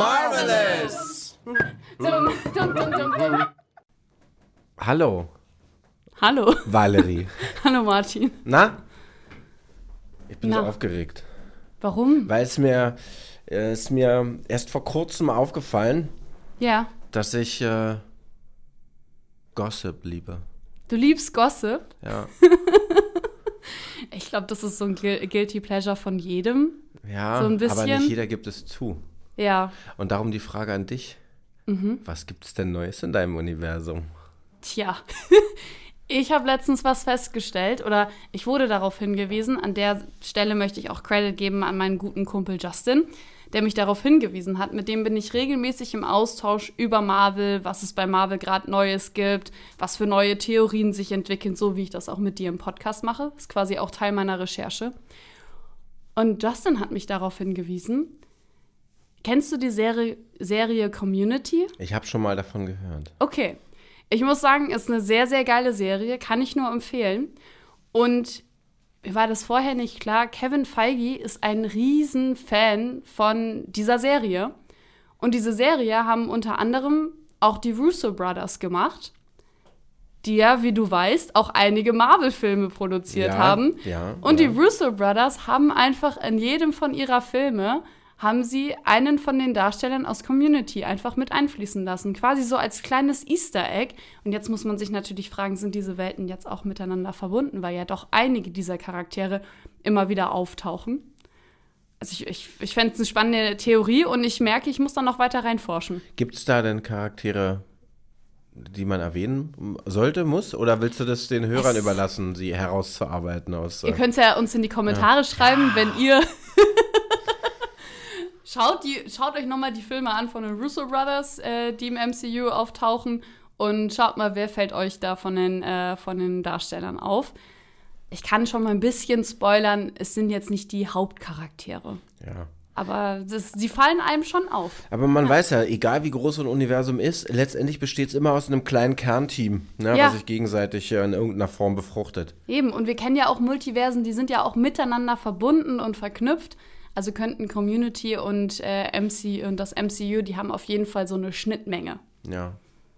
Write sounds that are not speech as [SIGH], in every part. Marvelous! Hallo, Hallo. [LAUGHS] Valerie. Hallo Martin. Na? Ich bin so Na. aufgeregt. Warum? Weil es mir, äh, ist mir erst vor kurzem aufgefallen, Ja. dass ich äh, Gossip liebe. Du liebst Gossip. [LAUGHS] Ja. Ich glaube, das ist so ein Gui- Guilty Pleasure von jedem. ja So ein Aber bisschen. nicht jeder gibt es zu. Ja. Und darum die Frage an dich. Mhm. Was gibt es denn Neues in deinem Universum? Tja. [LAUGHS] Ich habe letztens was festgestellt oder ich wurde darauf hingewiesen. An der Stelle möchte ich auch Credit geben an meinen guten Kumpel Justin, der mich darauf hingewiesen hat. Mit dem bin ich regelmäßig im Austausch über Marvel, was es bei Marvel gerade Neues gibt, was für neue Theorien sich entwickeln, so wie ich das auch mit dir im Podcast mache. Ist quasi auch Teil meiner Recherche. Und Justin hat mich darauf hingewiesen. Kennst du die Serie, Serie Community? Ich habe schon mal davon gehört. Okay. Ich muss sagen, ist eine sehr, sehr geile Serie, kann ich nur empfehlen. Und mir war das vorher nicht klar, Kevin Feige ist ein Riesenfan von dieser Serie. Und diese Serie haben unter anderem auch die Russo Brothers gemacht, die ja, wie du weißt, auch einige Marvel-Filme produziert Ja, haben. ja, Und ja. die Russo Brothers haben einfach in jedem von ihrer Filme haben sie einen von den Darstellern aus Community einfach mit einfließen lassen, quasi so als kleines Easter Egg. Und jetzt muss man sich natürlich fragen, sind diese Welten jetzt auch miteinander verbunden, weil ja doch einige dieser Charaktere immer wieder auftauchen. Also ich, ich, ich fände es eine spannende Theorie und ich merke, ich muss da noch weiter reinforschen. Gibt es da denn Charaktere, die man erwähnen sollte, muss? Oder willst du das den Hörern Es- überlassen, sie herauszuarbeiten aus? Ihr äh, könnt ja uns in die Kommentare schreiben, wenn ihr. schaut, die, schaut euch nochmal die Filme an von den Russo Brothers, äh, die im MCU auftauchen. Und schaut mal, wer fällt euch da von den, äh, von den Darstellern auf. Ich kann schon mal ein bisschen spoilern, es sind jetzt nicht die Hauptcharaktere. ja. Aber das, sie fallen einem schon auf. Aber man weiß ja, egal wie groß so ein Universum ist, letztendlich besteht es immer aus einem kleinen Kernteam, ne, Ja. was sich gegenseitig äh, in irgendeiner Form befruchtet. Eben, und wir kennen ja auch Multiversen, die sind ja auch miteinander verbunden und verknüpft. Also könnten Community und, äh, MC und das MCU, die haben auf jeden Fall so eine Schnittmenge. Ja.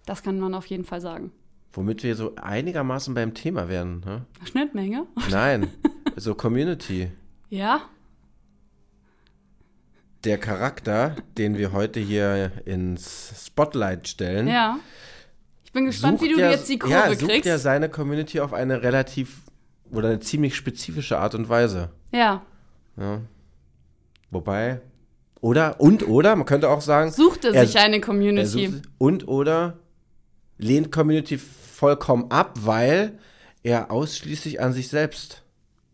Das kann man auf jeden Fall sagen. Womit wir so einigermaßen beim Thema werden. [LAUGHS] Ne? Schnittmenge? Nein, so Community. Ja. Der Charakter, den wir heute hier ins Spotlight stellen, Ja. Ich bin gespannt, wie du Hm. ja- jetzt die Kurve ja, sucht kriegst. ja seine Community auf eine relativ oder eine ziemlich spezifische Art und Weise. ja. Wobei, oder, und oder, man könnte auch sagen, Sucht er, Er- sich eine er Community? sucht- und oder lehnt Community vollkommen ab, weil er ausschließlich an sich selbst.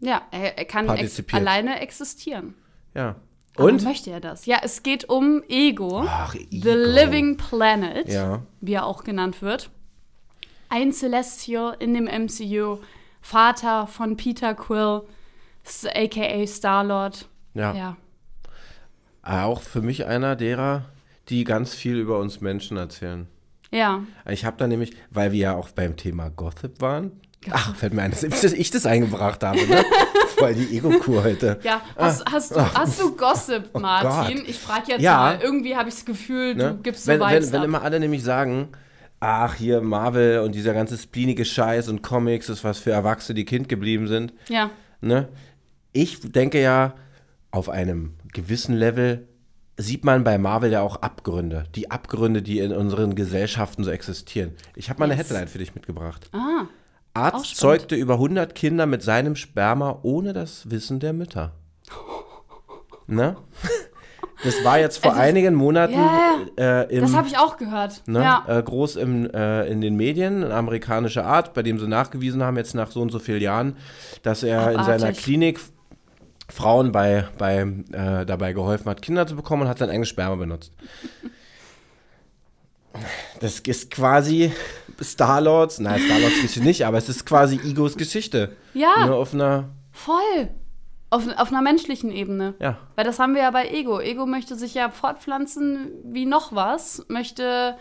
ja, er, er kann ex Partizipiert. alleine existieren. Ja. Aber Und? möchte er das? Ja, es geht um Ego. Ach, The Ego. Living Planet, Ja. wie er auch genannt wird. Ein Celestial in dem MCU, Vater von Peter Quill, s- aka Star-Lord. Ja. Ja. Auch für mich einer derer, die ganz viel über uns Menschen erzählen. Ja. Ich habe da nämlich, weil wir ja auch beim Thema Gossip waren. Ach, fällt mir ein, dass ich das, ich das eingebracht habe, [LAUGHS] ne? Voll die Ego-Kur heute. Ja, hast, hast, du, hast du Gossip, Martin? Ah. Oh Gott. ich frage jetzt Ja. mal, irgendwie habe ich das Gefühl, Ne? du gibst so wenn, Vibes wenn, wenn ab. immer alle nämlich sagen, ach hier Marvel und dieser ganze spleenige Scheiß und Comics ist was für Erwachsene, die Kind geblieben sind. ja, Ne? Ich denke ja, auf einem gewissen Level sieht man bei Marvel ja auch Abgründe. Die Abgründe, die in unseren Gesellschaften so existieren. Ich habe mal eine Yes. Headline für dich mitgebracht. ah, auch Arzt spannend. zeugte über 100 Kinder mit seinem Sperma ohne das Wissen [LAUGHS] der Mütter. Ne? Das war jetzt vor Also, einigen Monaten ja, äh, im, das habe ich auch gehört. ne, ja. äh, groß im, äh, in den Medien, ein amerikanischer Arzt, bei dem sie nachgewiesen haben, jetzt nach so und so vielen Jahren, dass er in Abartig. seiner Klinik Frauen bei, bei, äh, dabei geholfen hat, Kinder zu bekommen und hat sein eigenes Sperma benutzt. Das ist quasi Star-Lords, nein, Star-Lords Geschichte nicht, aber es ist quasi Igos Geschichte. Ja. Nur auf einer, Voll. Auf, auf einer menschlichen Ebene. ja. Weil das haben wir ja bei Ego. Ego möchte sich ja fortpflanzen wie noch was, möchte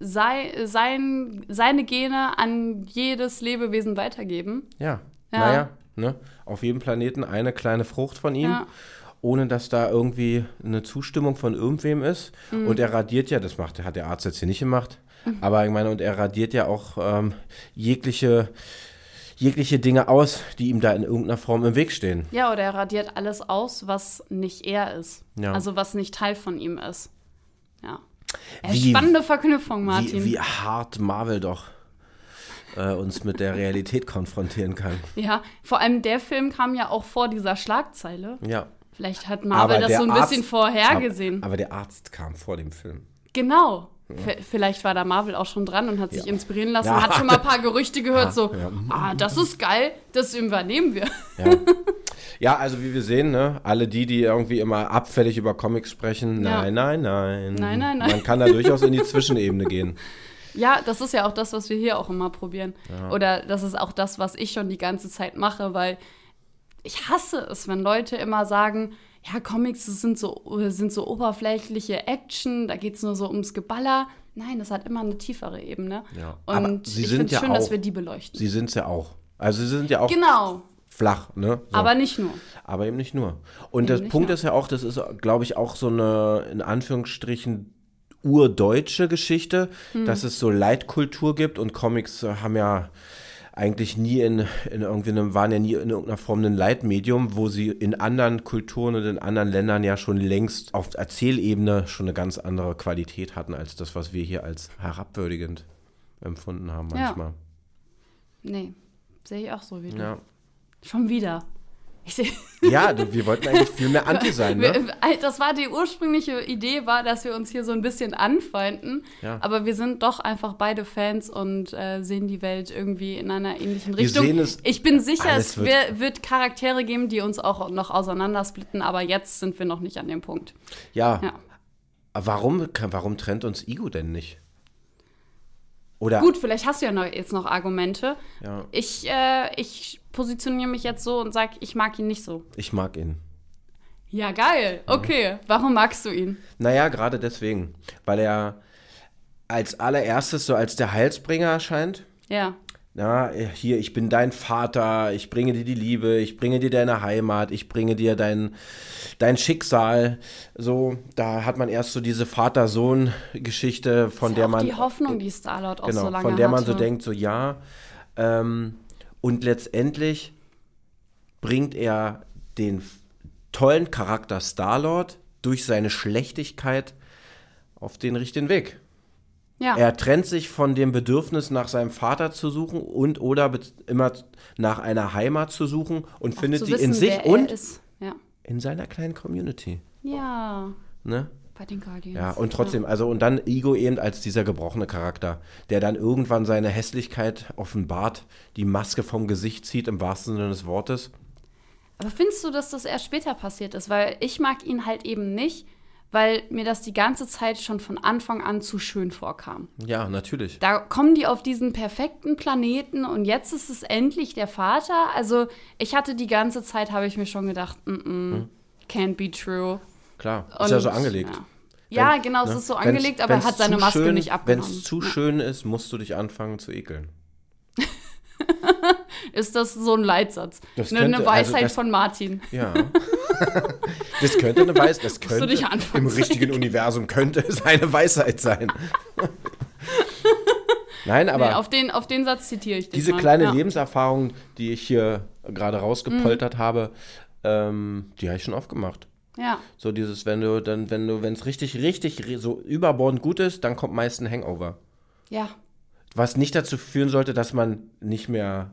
sei, sein, seine Gene an jedes Lebewesen weitergeben. Ja. Ja. Naja, ne? Auf jedem Planeten eine kleine Frucht von ihm. Ja. Ohne dass da irgendwie eine Zustimmung von irgendwem ist. Mhm. Und er radiert ja, das macht, hat der Arzt jetzt hier nicht gemacht, aber ich meine, und er radiert ja auch ähm, jegliche, jegliche Dinge aus, die ihm da in irgendeiner Form im Weg stehen. Ja, oder er radiert alles aus, was nicht er ist. Ja. Also was nicht Teil von ihm ist. Ja. Äh, Wie- Spannende Verknüpfung, Martin. Wie, wie hart Marvel doch äh, uns mit der Realität konfrontieren kann. Ja, vor allem der Film kam ja auch vor dieser Schlagzeile. Ja. Vielleicht hat Marvel Aber das der so ein bisschen Arzt- vorhergesehen. Aber, aber der Arzt kam vor dem Film. genau. V- Vielleicht war da Marvel auch schon dran und hat sich Ja. inspirieren lassen, Ja. hat schon mal ein paar Gerüchte gehört, so, Ja. ah, das ist geil, das übernehmen wir. [LAUGHS] Ja. [LAUGHS] ja, also wie wir sehen, ne, alle die, die irgendwie immer abfällig über Comics sprechen, Ja. nein, nein, nein. Nein, nein, nein. Man kann da durchaus in die Zwischenebene gehen. Ja, das ist ja auch das, was wir hier auch immer probieren. Oder das ist auch das, was ich schon die ganze Zeit mache, weil ich hasse es, wenn Leute immer sagen, ja, Comics das sind so, sind so oberflächliche Action, da geht es nur so ums Geballer. Nein, das hat immer eine tiefere Ebene. Ja. Und Aber sie ich sind finde es ja schön, auch- dass wir die beleuchten. Sie sind es ja auch. Also sie sind ja auch genau, flach, ne? So. aber nicht nur. Aber eben nicht nur. Und Eben der nicht Punkt nur. ist ja auch, das ist, glaube ich, auch so eine, in Anführungsstrichen, urdeutsche Geschichte, Hm. dass es so Leitkultur gibt und Comics äh, haben ja eigentlich nie in, in irgendwie einem, waren ja nie in irgendeiner Form ein Leitmedium, wo sie in anderen Kulturen und in anderen Ländern ja schon längst auf Erzählebene schon eine ganz andere Qualität hatten, als das, was wir hier als herabwürdigend empfunden haben Ja. manchmal. Nee, sehe ich auch so wie du. Ja, Schon wieder. Ich sehe. ja. du, wir wollten eigentlich viel mehr [LAUGHS] Anti sein, ne? Wir- Das war die ursprüngliche Idee, war, dass wir uns hier so ein bisschen anfeinden. Ja. Aber wir sind doch einfach beide Fans und äh, sehen die Welt irgendwie in einer ähnlichen Wir Richtung. sehen es- ich bin sicher, Alles es wird- wird, wird Charaktere geben, die uns auch noch auseinandersplitten. Aber jetzt sind wir noch nicht an dem Punkt. Ja. Ja. Warum, warum trennt uns Igo denn nicht? Oder Gut, vielleicht hast du ja noch, jetzt noch Argumente. Ja, Ich, äh, ich positioniere mich jetzt so und sage, ich mag ihn nicht so. ich mag ihn. Ja, geil. Okay. Mhm. Warum magst du ihn? Naja, gerade deswegen, weil er als allererstes so als der Heilsbringer erscheint. Ja. Na, hier, ich bin dein Vater, ich bringe dir die Liebe, ich bringe dir deine Heimat, ich bringe dir dein, dein Schicksal. So, da hat man erst so diese Vater-Sohn-Geschichte, von Ist ja der auch man. die Hoffnung, die Starlord auch genau, so lange von der man so hatte. denkt, so ja. Ähm, und letztendlich bringt er den f- tollen Charakter Starlord durch seine Schlechtigkeit auf den richtigen Weg. Ja. Er trennt sich von dem Bedürfnis, nach seinem Vater zu suchen und oder be- immer nach einer Heimat zu suchen und Auch findet zu die wissen, in sich wer er und Ist. Ja. in seiner kleinen Community. ja, Ne? bei den Guardians. Ja, und trotzdem, also und dann Ego eben als dieser gebrochene Charakter, der dann irgendwann seine Hässlichkeit offenbart, die Maske vom Gesicht zieht, im wahrsten Sinne des Wortes. Aber findest du, dass das erst später passiert ist? Weil ich mag ihn halt eben nicht, weil mir das die ganze Zeit schon von Anfang an zu schön vorkam. Ja, natürlich. Da kommen die auf diesen perfekten Planeten und jetzt ist es endlich der Vater. Also ich hatte die ganze Zeit, habe ich mir schon gedacht, mm -mm, can't be true. Klar. Und, Mhm. ist ja so angelegt. Ja. Ja, Wenn- genau, es ne? ist so Wenn's- angelegt, aber er wenn's hat seine zu Maske schön, nicht Wenn es abgenommen. zu schön ist, musst du dich anfangen zu ekeln. Ist das so ein Leitsatz? Das Eine- könnte- eine also Weisheit das- von Martin. Ja. [LAUGHS] das könnte eine Weisheit, das du könnte dich anfangen im zu richtigen Universum könnte es eine [LAUGHS] Weisheit sein. Nein, aber nee, auf, den, auf den Satz zitiere ich dich diese mal. kleine ja. Lebenserfahrung, die ich hier gerade rausgepoltert Mhm. habe, ähm, die habe ich schon oft gemacht. Ja. So dieses, wenn du dann, wenn du, wenn es richtig, richtig ri- so überbordend gut ist, dann kommt meist ein Hangover. Ja, Was nicht dazu führen sollte, dass man nicht mehr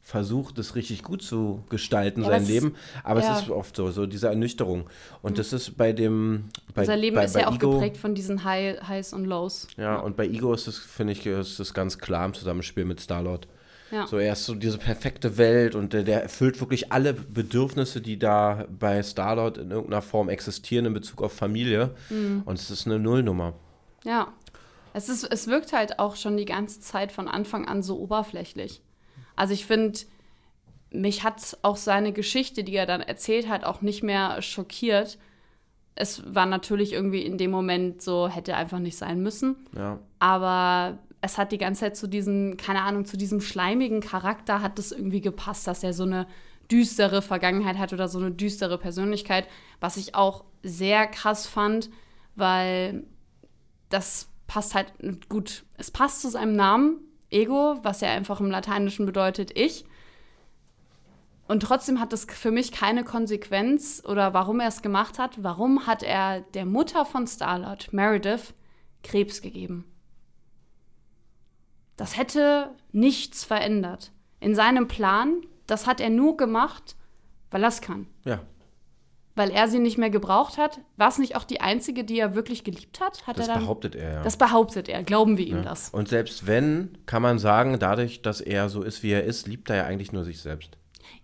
versucht, es richtig gut zu gestalten, Ja, aber sein es- Leben. Aber ja. Mhm. es ist oft so, so diese Ernüchterung. Und das ist bei dem, bei, unser Leben bei, ist bei ja auch Ego, geprägt von diesen High, Highs und Lows. Ja, und bei Ego ist es, finde ich, ist es ganz klar im Zusammenspiel mit Starlord. Ja. So, er ist so diese perfekte Welt und der, der erfüllt wirklich alle Bedürfnisse, die da bei Starlord in irgendeiner Form existieren in Bezug auf Familie. Mhm. Und es ist eine Nullnummer. ja. Es, ist, es wirkt halt auch schon die ganze Zeit von Anfang an so oberflächlich. Also ich finde, mich hat auch seine Geschichte, die er dann erzählt hat, auch nicht mehr schockiert. es war natürlich irgendwie in dem Moment so, hätte einfach nicht sein müssen. Ja. Aber es hat die ganze Zeit zu diesem, keine Ahnung, zu diesem schleimigen Charakter hat es irgendwie gepasst, dass er so eine düstere Vergangenheit hat oder so eine düstere Persönlichkeit, was ich auch sehr krass fand, weil das passt halt gut. Es passt zu seinem Namen, Ego, was ja einfach im Lateinischen bedeutet ich. Und trotzdem hat das für mich keine Konsequenz oder warum er es gemacht hat. Warum hat er der Mutter von Starlord, Meredith, Krebs gegeben? Das hätte nichts verändert. In seinem Plan, das hat er nur gemacht, weil er es kann. Ja. Weil er sie nicht mehr gebraucht hat. War es nicht auch die einzige, die er wirklich geliebt hat? hat Das er dann, behauptet er, ja. Das behauptet er. Glauben wir ihm Ja. das? Und selbst wenn, kann man sagen, dadurch, dass er so ist, wie er ist, liebt er ja eigentlich nur sich selbst.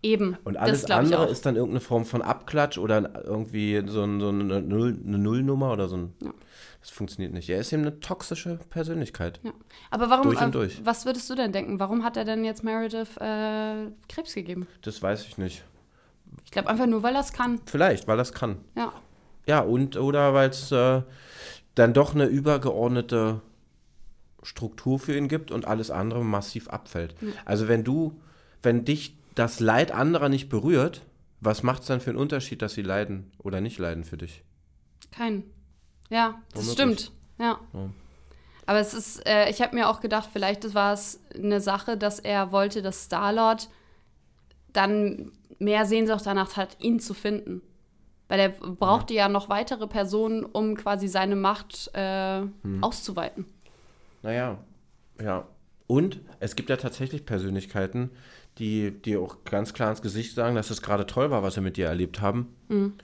Eben. Und Das alles glaub ich andere auch. ist dann irgendeine Form von Abklatsch oder irgendwie so, ein, so eine, Null, eine Nullnummer oder so ein. Ja. Das funktioniert nicht. Er ist eben eine toxische Persönlichkeit. Ja. Aber warum, Durch und äh, durch. was würdest du denn denken? Warum hat er denn jetzt Meredith äh, Krebs gegeben? Das weiß ich nicht. Ich glaube einfach nur, weil er es kann. Vielleicht, weil das kann. Ja. Ja, und oder weil es äh, dann doch eine übergeordnete Struktur für ihn gibt und alles andere massiv abfällt. Also wenn du, wenn dich das Leid anderer nicht berührt, was macht es dann für einen Unterschied, dass sie leiden oder nicht leiden für dich? Kein. Ja, das Womöglich. stimmt. Ja. Ja. Aber es ist, äh, ich habe mir auch gedacht, vielleicht war es eine Sache, dass er wollte, dass Starlord dann mehr Sehnsucht danach hat, ihn zu finden. Weil er brauchte ja, noch weitere Personen, um quasi seine Macht äh, Hm. auszuweiten. Naja, ja. Und es gibt ja tatsächlich Persönlichkeiten, die dir auch ganz klar ins Gesicht sagen, dass es gerade toll war, was sie mit dir erlebt haben. Mhm.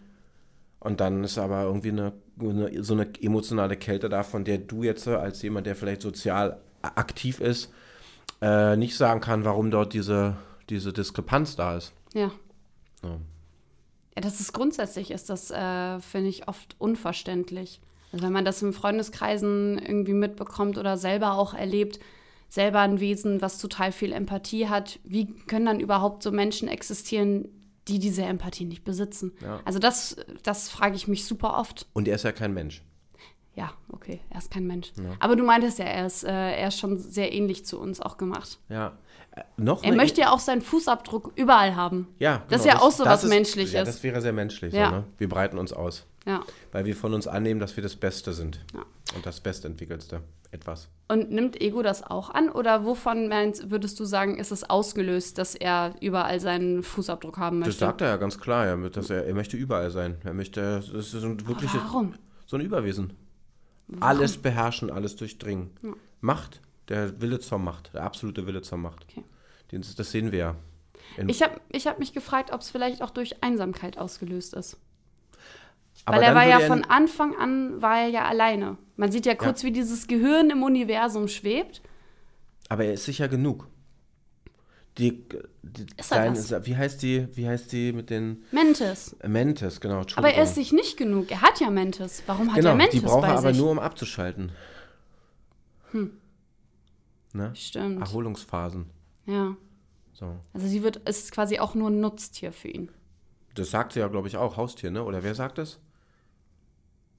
Und dann ist aber irgendwie eine, eine, so eine emotionale Kälte da, von der du jetzt äh, als jemand, der vielleicht sozial a- aktiv ist, äh, nicht sagen kann, warum dort diese, diese Diskrepanz da ist. Ja. Ja. Ja, dass es grundsätzlich ist, das äh, finde ich oft unverständlich. Also wenn man das in Freundeskreisen irgendwie mitbekommt oder selber auch erlebt, selber ein Wesen, was total viel Empathie hat, wie können dann überhaupt so Menschen existieren, die diese Empathie nicht besitzen? Ja. Also das, das frage ich mich super oft. Und er ist ja kein Mensch. Ja, okay, er ist kein Mensch. Aber du meintest ja, er ist, äh, er ist schon sehr ähnlich zu uns auch gemacht. Ja. Äh, noch Er eine- möchte ja auch seinen Fußabdruck überall haben. Ja, Das ist genau, ja auch so das was Menschliches. Ja, das wäre sehr menschlich. Ja. So, ne? Wir breiten uns aus. Ja. Weil wir von uns annehmen, dass wir das Beste sind. Ja. Und das Bestentwickelste. Etwas. Und nimmt Ego das auch an? Oder wovon meinst, würdest du sagen, ist es ausgelöst, dass er überall seinen Fußabdruck haben Das möchte? sagt er ja ganz klar. Er, wird- dass er, er möchte überall sein. Er möchte, das ist so ein wirkliches, Warum? so ein Überwesen. Alles beherrschen, alles durchdringen. Macht, der Wille zur Macht, der absolute Wille zur Macht. Okay. Den, das sehen wir ja. In, Ich habe ich hab mich gefragt, ob es vielleicht auch durch Einsamkeit ausgelöst ist. aber Weil er dann war würde ja er- von Anfang an war er ja alleine. Man sieht ja kurz, wie dieses Gehirn im Universum schwebt. Aber er ist sicher genug. Die, die Ist er kleinen- das? wie heißt die, wie heißt die mit den Mentes. Mentes, genau, Entschuldigung. Aber er ist sich nicht genug. Er hat ja Mentes. Warum hat genau, er Mentes die braucht Ah, bei er aber sich? Hm. nur, um abzuschalten. Ne? Stimmt. Erholungsphasen. ja. So. Also sie wird, ist quasi auch nur ein Nutztier für ihn. Das sagt sie ja, glaube ich, auch, Haustier, ne? Oder wer sagt das?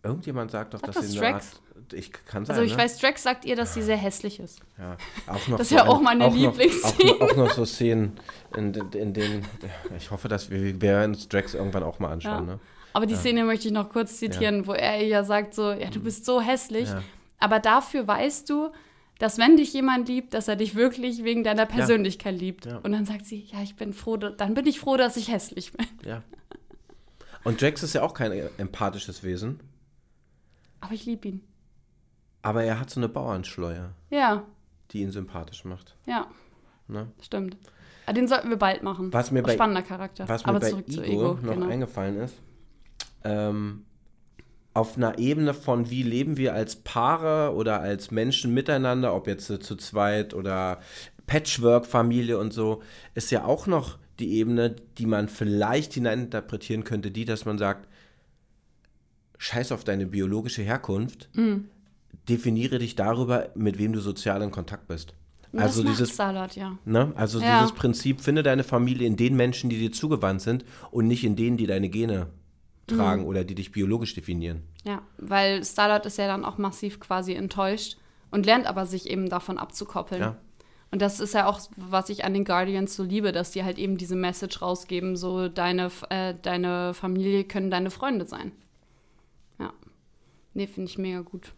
Irgendjemand sagt doch, Sagt dass das sie eine Drax? Art, Ich kann sein, Also ich ne? weiß, Drax sagt ihr, dass sie sehr hässlich ist. Ja, auch noch Das ist so ja ein- auch meine noch- Lieblingsszene. Auch, noch- auch noch so Szenen, in, in, in denen ich hoffe, dass wir, wir werden uns Drax irgendwann auch mal anschauen, Ja. ne? Aber die Szene möchte ich noch kurz zitieren, wo er ihr ja sagt so, ja, du bist so hässlich, Mhm. Ja. aber dafür weißt du, dass wenn dich jemand liebt, dass er dich wirklich wegen deiner Persönlichkeit liebt. Ja. Und dann sagt sie, ja, ich bin froh, da- dann bin ich froh, dass ich hässlich bin. [LAUGHS] Ja. Und Drax ist ja auch kein empathisches Wesen, Aber ich liebe ihn. aber er hat so eine Bauernschleue, Ja, die ihn sympathisch macht, ja, ne? stimmt. Aber den sollten wir bald machen. Was mir Auch bei- Spannender Charakter. Was mir aber bei zurück Ego, zu Ego. noch genau. eingefallen ist, ähm, auf einer Ebene von wie leben wir als Paare oder als Menschen miteinander, ob jetzt äh, zu zweit oder Patchwork-Familie und so, ist ja auch noch die Ebene, die man vielleicht hineininterpretieren könnte, die, dass man sagt, scheiß auf deine biologische Herkunft, Mhm. definiere dich darüber, mit wem du sozial in Kontakt bist. Und also das macht dieses Starlord, ja. Ne? Also Ja. dieses Prinzip, finde deine Familie in den Menschen, die dir zugewandt sind und nicht in denen, die deine Gene tragen oder die dich biologisch definieren. Ja, weil Starlight ist ja dann auch massiv quasi enttäuscht und lernt aber sich eben davon abzukoppeln. Ja. Und das ist ja auch, was ich an den Guardians so liebe, dass die halt eben diese Message rausgeben, so deine, F- äh, deine Familie können deine Freunde sein. Ja. Nee, finde ich mega gut.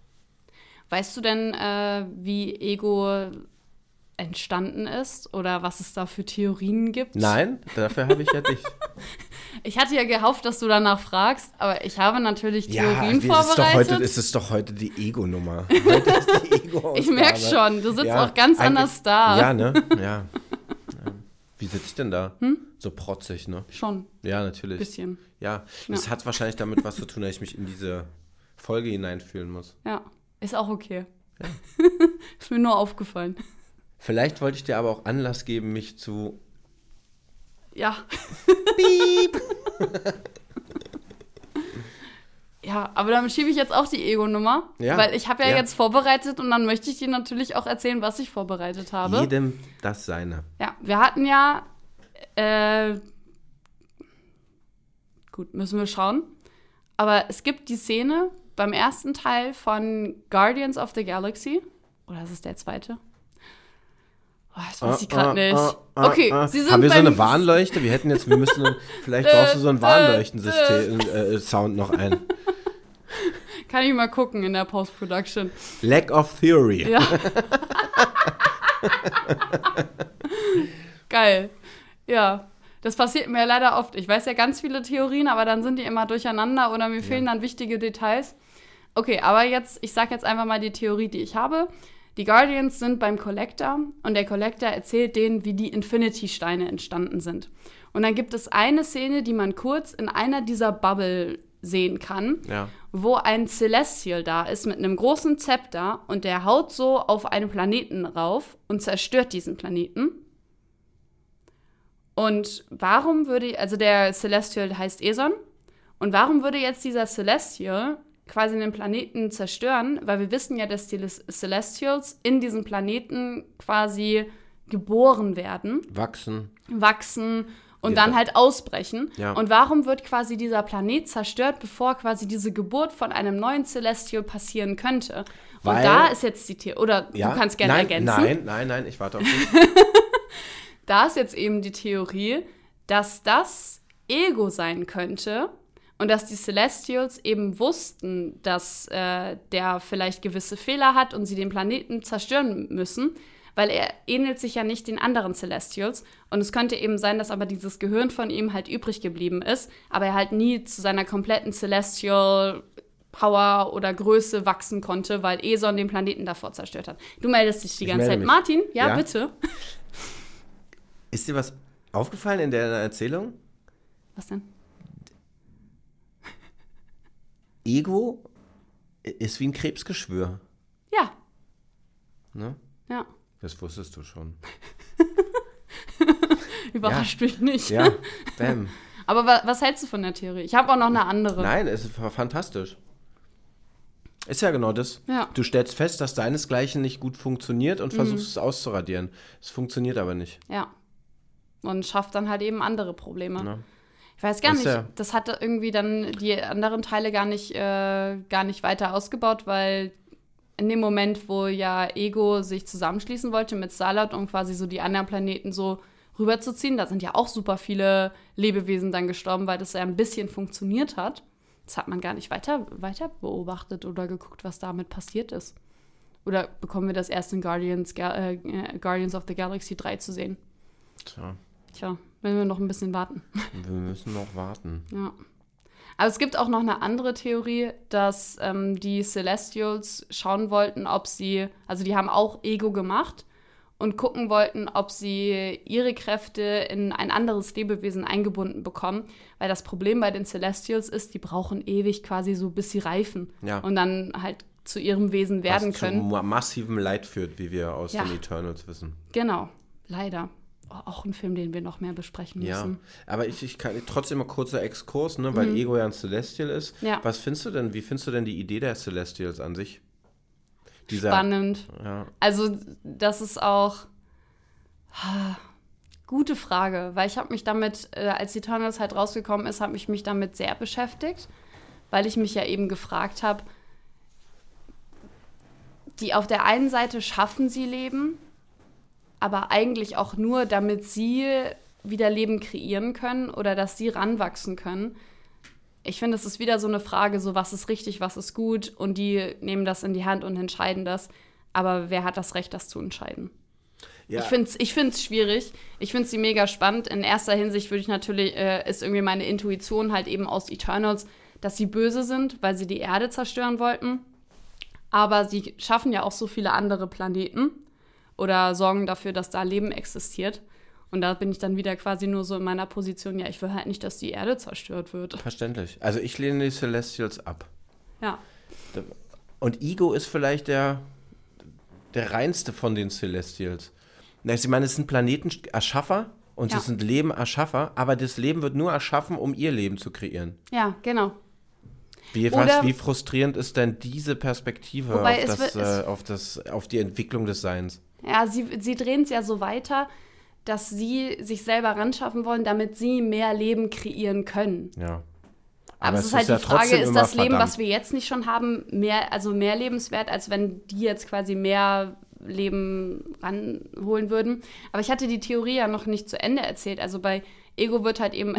Weißt du denn, äh, wie Ego entstanden ist oder was es da für Theorien gibt? Nein, dafür habe ich ja dich. Ich hatte ja gehofft, dass du danach fragst, aber ich habe natürlich [LAUGHS] ja, Theorien es ist, doch heute, vorbereitet. es ist doch heute die Ego-Nummer. [LAUGHS] Heute ist die Ego-Ausgabe. ich merke schon, du sitzt Ja, auch ganz eigentlich- anders da. Ja, [LAUGHS] ne? Ja. ja. Wie sitze ich denn da? So protzig, ne? Schon. Ja, natürlich. Bisschen. Ja, das Ja. hat wahrscheinlich damit was zu tun, dass ich mich in diese Folge hineinfühlen muss. Ja, ist auch okay. [LAUGHS] ist mir nur aufgefallen. Vielleicht wollte ich dir aber auch Anlass geben, mich zu. Ja. ja, aber dann schiebe ich jetzt auch die Ego-Nummer, Ja, weil ich habe ja, ja. jetzt vorbereitet und dann möchte ich dir natürlich auch erzählen, was ich vorbereitet habe. Jedem das seine. Ja, wir hatten ja. Äh, gut, müssen wir schauen. Aber es gibt die Szene beim ersten Teil von Guardians of the Galaxy. Oder ist es der zweite? Oh, das weiß ich gerade Äh, äh, nicht. äh, okay, äh. sie sind Haben wir so beim- Äh, eine Warnleuchte? Wir hätten jetzt, wir müssen, [LAUGHS] vielleicht brauchst du so ein Warnleuchtensystem-Sound noch ein. Kann ich mal gucken in der Post-Production. Lack of Theory. Ja. Geil. Ja. Das passiert mir leider oft. Ich weiß ja ganz viele Theorien, aber dann sind die immer durcheinander oder mir fehlen dann wichtige Details. Okay, aber jetzt, ich sag jetzt einfach mal die Theorie, die ich habe. Die Guardians sind beim Collector und der Collector erzählt denen, wie die Infinity-Steine entstanden sind. Und dann gibt es eine Szene, die man kurz in einer dieser Bubble sehen kann Ja. wo ein Celestial da ist mit einem großen Zepter und der haut so auf einen Planeten rauf und zerstört diesen Planeten. Und warum würde, also der Celestial heißt Eson, und warum würde jetzt dieser Celestial quasi den Planeten zerstören? Weil wir wissen ja, dass die Les- Celestials in diesem Planeten quasi geboren werden Wachsen. wachsen und Ja, dann da- halt ausbrechen. Ja. Und warum wird quasi dieser Planet zerstört, bevor quasi diese Geburt von einem neuen Celestial passieren könnte? Und Weil- da ist jetzt die Theorie, oder Ja. du kannst gerne nein, ergänzen. Nein, nein, nein, ich warte auf dich. Da ist jetzt eben die Theorie, dass das Ego sein könnte und dass die Celestials eben wussten, dass äh, der vielleicht gewisse Fehler hat und sie den Planeten zerstören müssen, weil er ähnelt sich ja nicht den anderen Celestials. Und es könnte eben sein, dass aber dieses Gehirn von ihm halt übrig geblieben ist, aber er halt nie zu seiner kompletten Celestial. Power oder Größe wachsen konnte, weil Eson den Planeten davor zerstört hat. Du meldest dich die Ich ganze melde Zeit. mich. Martin, ja, Ja. bitte. Ist dir was aufgefallen in deiner Erzählung? Was denn? Ego ist wie ein Krebsgeschwür. Ja, Ne? ja. Das wusstest du schon. Überrascht mich nicht. Ja, [LAUGHS] bam. Aber wa was hältst du von der Theorie? Ich habe auch noch eine andere. Nein, es war fantastisch. Ist ja genau das. Ja. Mhm. Du stellst fest, dass deinesgleichen nicht gut funktioniert und versuchst es auszuradieren. Es funktioniert aber nicht. Ja. Und schafft dann halt eben andere Probleme. Ne? Ich weiß gar Das nicht. ist ja- Das hatte irgendwie dann die anderen Teile gar nicht, äh, gar nicht weiter ausgebaut, weil in dem Moment, wo ja Ego sich zusammenschließen wollte mit Starlight, um quasi so die anderen Planeten so rüberzuziehen, da sind ja auch super viele Lebewesen dann gestorben, weil das ja ein bisschen funktioniert hat. Das hat man gar nicht weiter, weiter beobachtet oder geguckt, was damit passiert ist. Oder bekommen wir das erst in Guardians, Ga äh, äh, Guardians of the Galaxy 3 zu sehen? Tja, Tja, wenn wir noch ein bisschen warten. wir müssen noch warten. Ja. Aber es gibt auch noch eine andere Theorie, dass ähm, die Celestials schauen wollten, ob sie, also die haben auch Ego gemacht und gucken wollten, ob sie ihre Kräfte in ein anderes Lebewesen eingebunden bekommen. Weil das Problem bei den Celestials ist, die brauchen ewig quasi so, bis sie reifen Ja. und dann halt zu ihrem Wesen werden was können. zu ma- massivem Leid führt, wie wir aus Ja. den Eternals wissen. Genau, leider. Oh, auch ein Film, den wir noch mehr besprechen Ja, müssen. Mhm. aber ich, ich kann trotzdem mal kurzer Exkurs, ne, weil Ego ja ein Celestial ist. Ja. Was findest du denn, wie findest du denn die Idee der Celestials an sich? Dieser, Spannend. Ja, Also, das ist auch. Gute Frage, weil ich habe mich damit, äh, als Eternals halt rausgekommen ist, habe ich mich damit sehr beschäftigt, weil ich mich ja eben gefragt habe, die auf der einen Seite schaffen sie Leben, aber eigentlich auch nur, damit sie wieder Leben kreieren können oder dass sie ranwachsen können. Ich finde, es ist wieder so eine Frage, so was ist richtig, was ist gut und die nehmen das in die Hand und entscheiden das. Aber wer hat das Recht, das zu entscheiden? Ja. Ich finde es ich find's schwierig. Ich finde sie mega spannend. In erster Hinsicht würde ich natürlich, äh, ist irgendwie meine Intuition halt eben aus Eternals, dass sie böse sind, weil sie die Erde zerstören wollten. Aber sie schaffen ja auch so viele andere Planeten oder sorgen dafür, dass da Leben existiert. Und da bin ich dann wieder quasi nur so in meiner Position, ja, ich will halt nicht, dass die Erde zerstört wird. Verständlich. Also ich lehne die Celestials ab. Ja. Und Ego ist vielleicht der, der reinste von den Celestials. Na, Ich meine, es sind Planetenerschaffer und Ja. es sind Lebenerschaffer, aber das Leben wird nur erschaffen, um ihr Leben zu kreieren. Ja, genau. Wie, Oder- was, wie frustrierend ist denn diese Perspektive Wobei auf es das, wird- es- äh, auf, das, auf die Entwicklung des Seins? Ja, sie, sie drehen es ja so weiter, dass sie sich selber ran schaffen wollen, damit sie mehr Leben kreieren können. Ja. Aber, es ist halt die Frage, ist das Leben, was wir jetzt nicht schon haben, mehr, also mehr lebenswert, als wenn die jetzt quasi mehr Leben ranholen würden. Aber ich hatte die Theorie ja noch nicht zu Ende erzählt. Also bei Ego wird halt eben.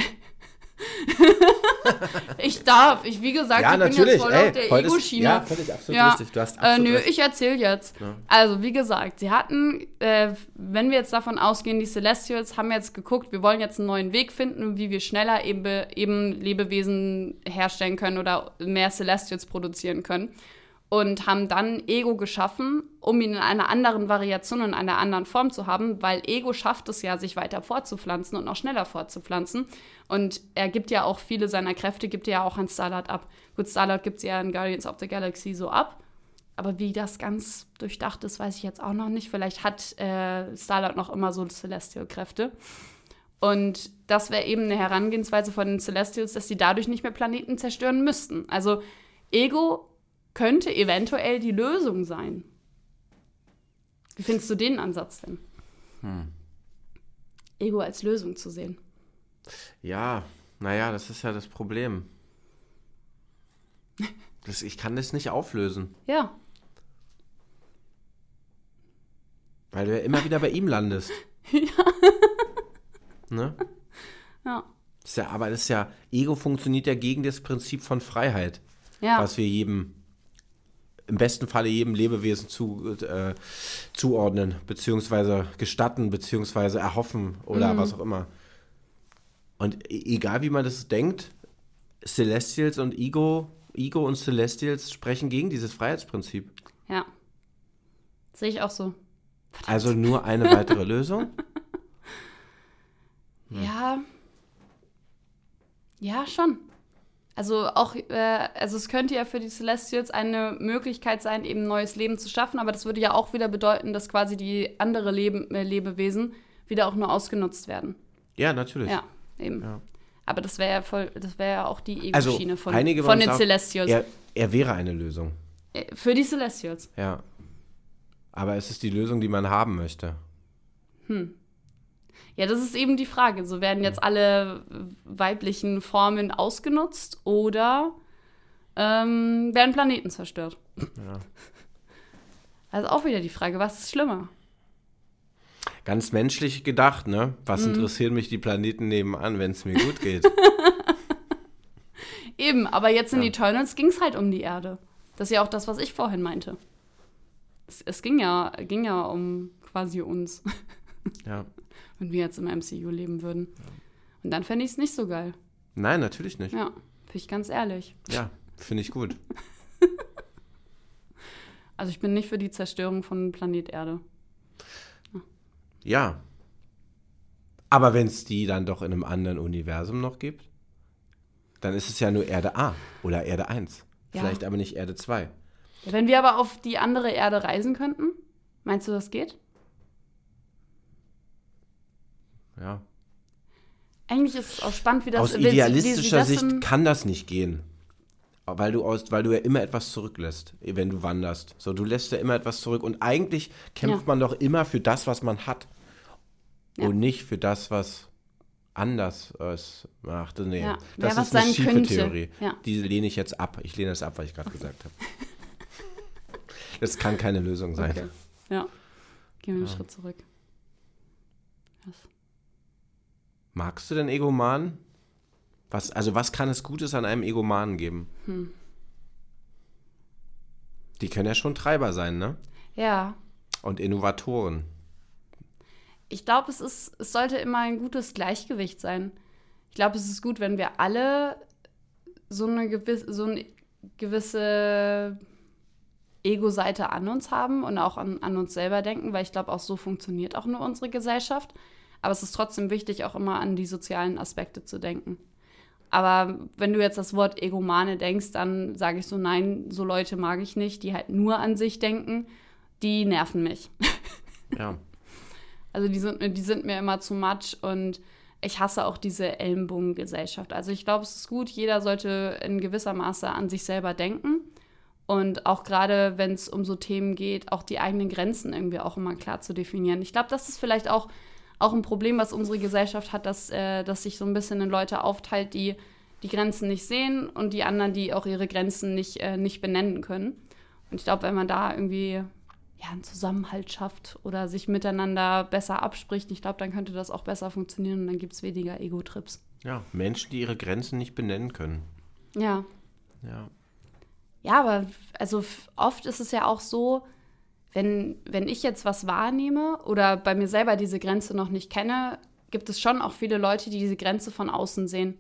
ich darf, ich wie gesagt, ich Ja, bin natürlich, jetzt voll ey, auf der heute ist- Ego-Schiene. ja, völlig absolut richtig. Du hast äh, absolut nö, recht. ich erzähle jetzt. Also, wie gesagt, sie hatten, äh, wenn wir jetzt davon ausgehen, die Celestials haben jetzt geguckt, wir wollen jetzt einen neuen Weg finden, wie wir schneller eben, eben Lebewesen herstellen können oder mehr Celestials produzieren können. Und haben dann Ego geschaffen, um ihn in einer anderen Variation und einer anderen Form zu haben, weil Ego schafft es ja, sich weiter fortzupflanzen und noch schneller fortzupflanzen. Und er gibt ja auch viele seiner Kräfte, gibt er ja auch an Starlight ab. Gut, Starlight gibt es ja in Guardians of the Galaxy so ab, aber wie das ganz durchdacht ist, weiß ich jetzt auch noch nicht. Vielleicht hat äh, Starlord noch immer so Celestial-Kräfte. Und das wäre eben eine Herangehensweise von den Celestials, dass sie dadurch nicht mehr Planeten zerstören müssten. Also Ego könnte eventuell die Lösung sein. Wie findest du den Ansatz denn? Ego als Lösung zu sehen. Ja, naja, das ist ja das Problem. Das, ich kann das nicht auflösen, Ja, weil du ja immer wieder bei [LAUGHS] ihm landest. Ja. Ne? ja, Das ist ja, aber das ist ja, Ego funktioniert ja gegen das Prinzip von Freiheit, ja. was wir jedem, im besten Falle jedem Lebewesen zu, äh, zuordnen, beziehungsweise gestatten, beziehungsweise erhoffen Mhm. oder was auch immer. Und e- egal wie man das denkt, Celestials und Ego, Ego und Celestials sprechen gegen dieses Freiheitsprinzip. ja. Sehe ich auch so. Also nur eine [LAUGHS] weitere Lösung. Ja. Ja, schon. Also auch, äh, also es könnte ja für die Celestials eine Möglichkeit sein, eben neues Leben zu schaffen, aber das würde ja auch wieder bedeuten, dass quasi die andere Leben, äh, Lebewesen wieder auch nur ausgenutzt werden. Ja, natürlich. Ja, eben. Ja. Aber das wäre ja voll, das wäre ja auch die Also, Ego-Schiene von, einige von uns den auch- Celestials. Er, er wäre eine Lösung. Äh, Für die Celestials. Ja. Aber es ist die Lösung, die man haben möchte. Ja, das ist eben die Frage. So werden jetzt alle weiblichen Formen ausgenutzt oder ähm, werden Planeten zerstört? [LAUGHS] Ja. Also auch wieder die Frage, was ist schlimmer? Ganz menschlich gedacht, ne? Was Mhm. interessieren mich die Planeten nebenan, wenn es mir [LAUGHS] gut geht? Eben, aber jetzt in Ja. Eternals ging es halt um die Erde. Das ist ja auch das, was ich vorhin meinte. Es, es ging, ja, ging ja um quasi uns, ja. wenn wir jetzt im MCU leben würden. Und dann fände ich es nicht so geil. Nein, natürlich nicht. Ja, Ja, bin ich ganz ehrlich. finde ich gut. Also ich bin nicht für die Zerstörung von Planet Erde. Ja. Aber wenn es die dann doch in einem anderen Universum noch gibt, dann ist es ja nur Erde A oder Erde 1. Ja. Vielleicht aber nicht Erde 2. Wenn wir aber auf die andere Erde reisen könnten, meinst du, das geht? Ja. Eigentlich ist es auch spannend, wie das Aus wie sie- wie sie idealistischer das Sicht im- kann das nicht gehen. Weil du, aus, weil du ja immer etwas zurücklässt, wenn du wanderst. So, du lässt ja immer etwas zurück. Und eigentlich kämpft Ja. man doch immer für das, was man hat. Ja. und nicht für das, was anders es macht. Nee, Ja, wer das was ist eine sein schiefe könnte. Theorie. Ja. Die lehne ich jetzt ab. Ich lehne das ab, was ich gerade gesagt habe. Das kann keine Lösung sein. Okay. Ja. Gehen wir einen Schritt zurück. Was? Magst du denn Egomanen? Was, also was kann es Gutes an einem Egomanen geben? Die können ja schon Treiber sein, ne? Ja. Und Innovatoren. Ich glaube, es ist, es sollte immer ein gutes Gleichgewicht sein. Ich glaube, es ist gut, wenn wir alle so eine gewisse, so eine gewisse Ego-Seite an uns haben und auch an, an uns selber denken, weil ich glaube, auch so funktioniert auch nur unsere Gesellschaft. Aber es ist trotzdem wichtig, auch immer an die sozialen Aspekte zu denken. Aber wenn du jetzt das Wort Egomane denkst, dann sage ich so, nein, so Leute mag ich nicht, die halt nur an sich denken, die nerven mich. Ja. Also die sind, mir- die sind mir immer zu much und ich hasse auch diese Ellenbogengesellschaft. Also ich glaube, es ist gut, jeder sollte in gewisser Maße an sich selber denken. Und auch gerade, wenn es um so Themen geht, auch die eigenen Grenzen irgendwie auch immer klar zu definieren. Ich glaube, das ist vielleicht auch, auch ein Problem, was unsere Gesellschaft hat, dass, äh, dass sich so ein bisschen in Leute aufteilt, die die Grenzen nicht sehen und die anderen, die auch ihre Grenzen nicht, äh, nicht benennen können. Und ich glaube, wenn man da irgendwie ja, einen Zusammenhalt schafft oder sich miteinander besser abspricht, ich glaube, dann könnte das auch besser funktionieren und dann gibt es weniger Ego-Trips. ja. Menschen, die ihre Grenzen nicht benennen können. Ja. Ja. Ja, aber also f- oft ist es ja auch so, wenn, wenn ich jetzt was wahrnehme oder bei mir selber diese Grenze noch nicht kenne, gibt es schon auch viele Leute, die diese Grenze von außen sehen.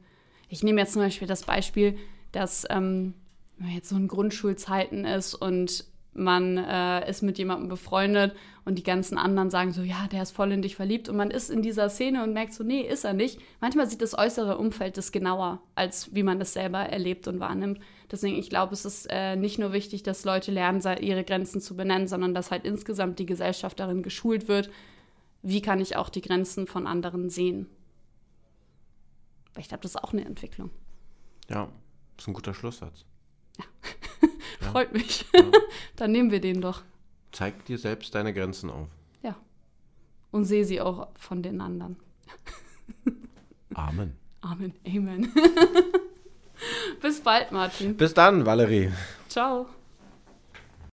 Ich nehme jetzt zum Beispiel das Beispiel, dass ähm, wenn man jetzt so in Grundschulzeiten ist und man äh, ist mit jemandem befreundet und die ganzen anderen sagen so, ja, der ist voll in dich verliebt und man ist in dieser Szene und merkt so, nee, ist er nicht. Manchmal sieht das äußere Umfeld das genauer, als wie man das selber erlebt und wahrnimmt. Deswegen, ich glaube, es ist äh, nicht nur wichtig, dass Leute lernen, se- ihre Grenzen zu benennen, sondern dass halt insgesamt die Gesellschaft darin geschult wird, wie kann ich auch die Grenzen von anderen sehen. Weil ich glaube, das ist auch eine Entwicklung. Ja. Ist ein guter Schlusssatz. Freut mich. [LAUGHS] Dann nehmen wir den doch. Zeig dir selbst deine Grenzen auf. Ja. Und sehe sie auch von den anderen. Amen. Amen. [LAUGHS] Amen. Bis bald, Martin. Bis dann, Valerie. Ciao.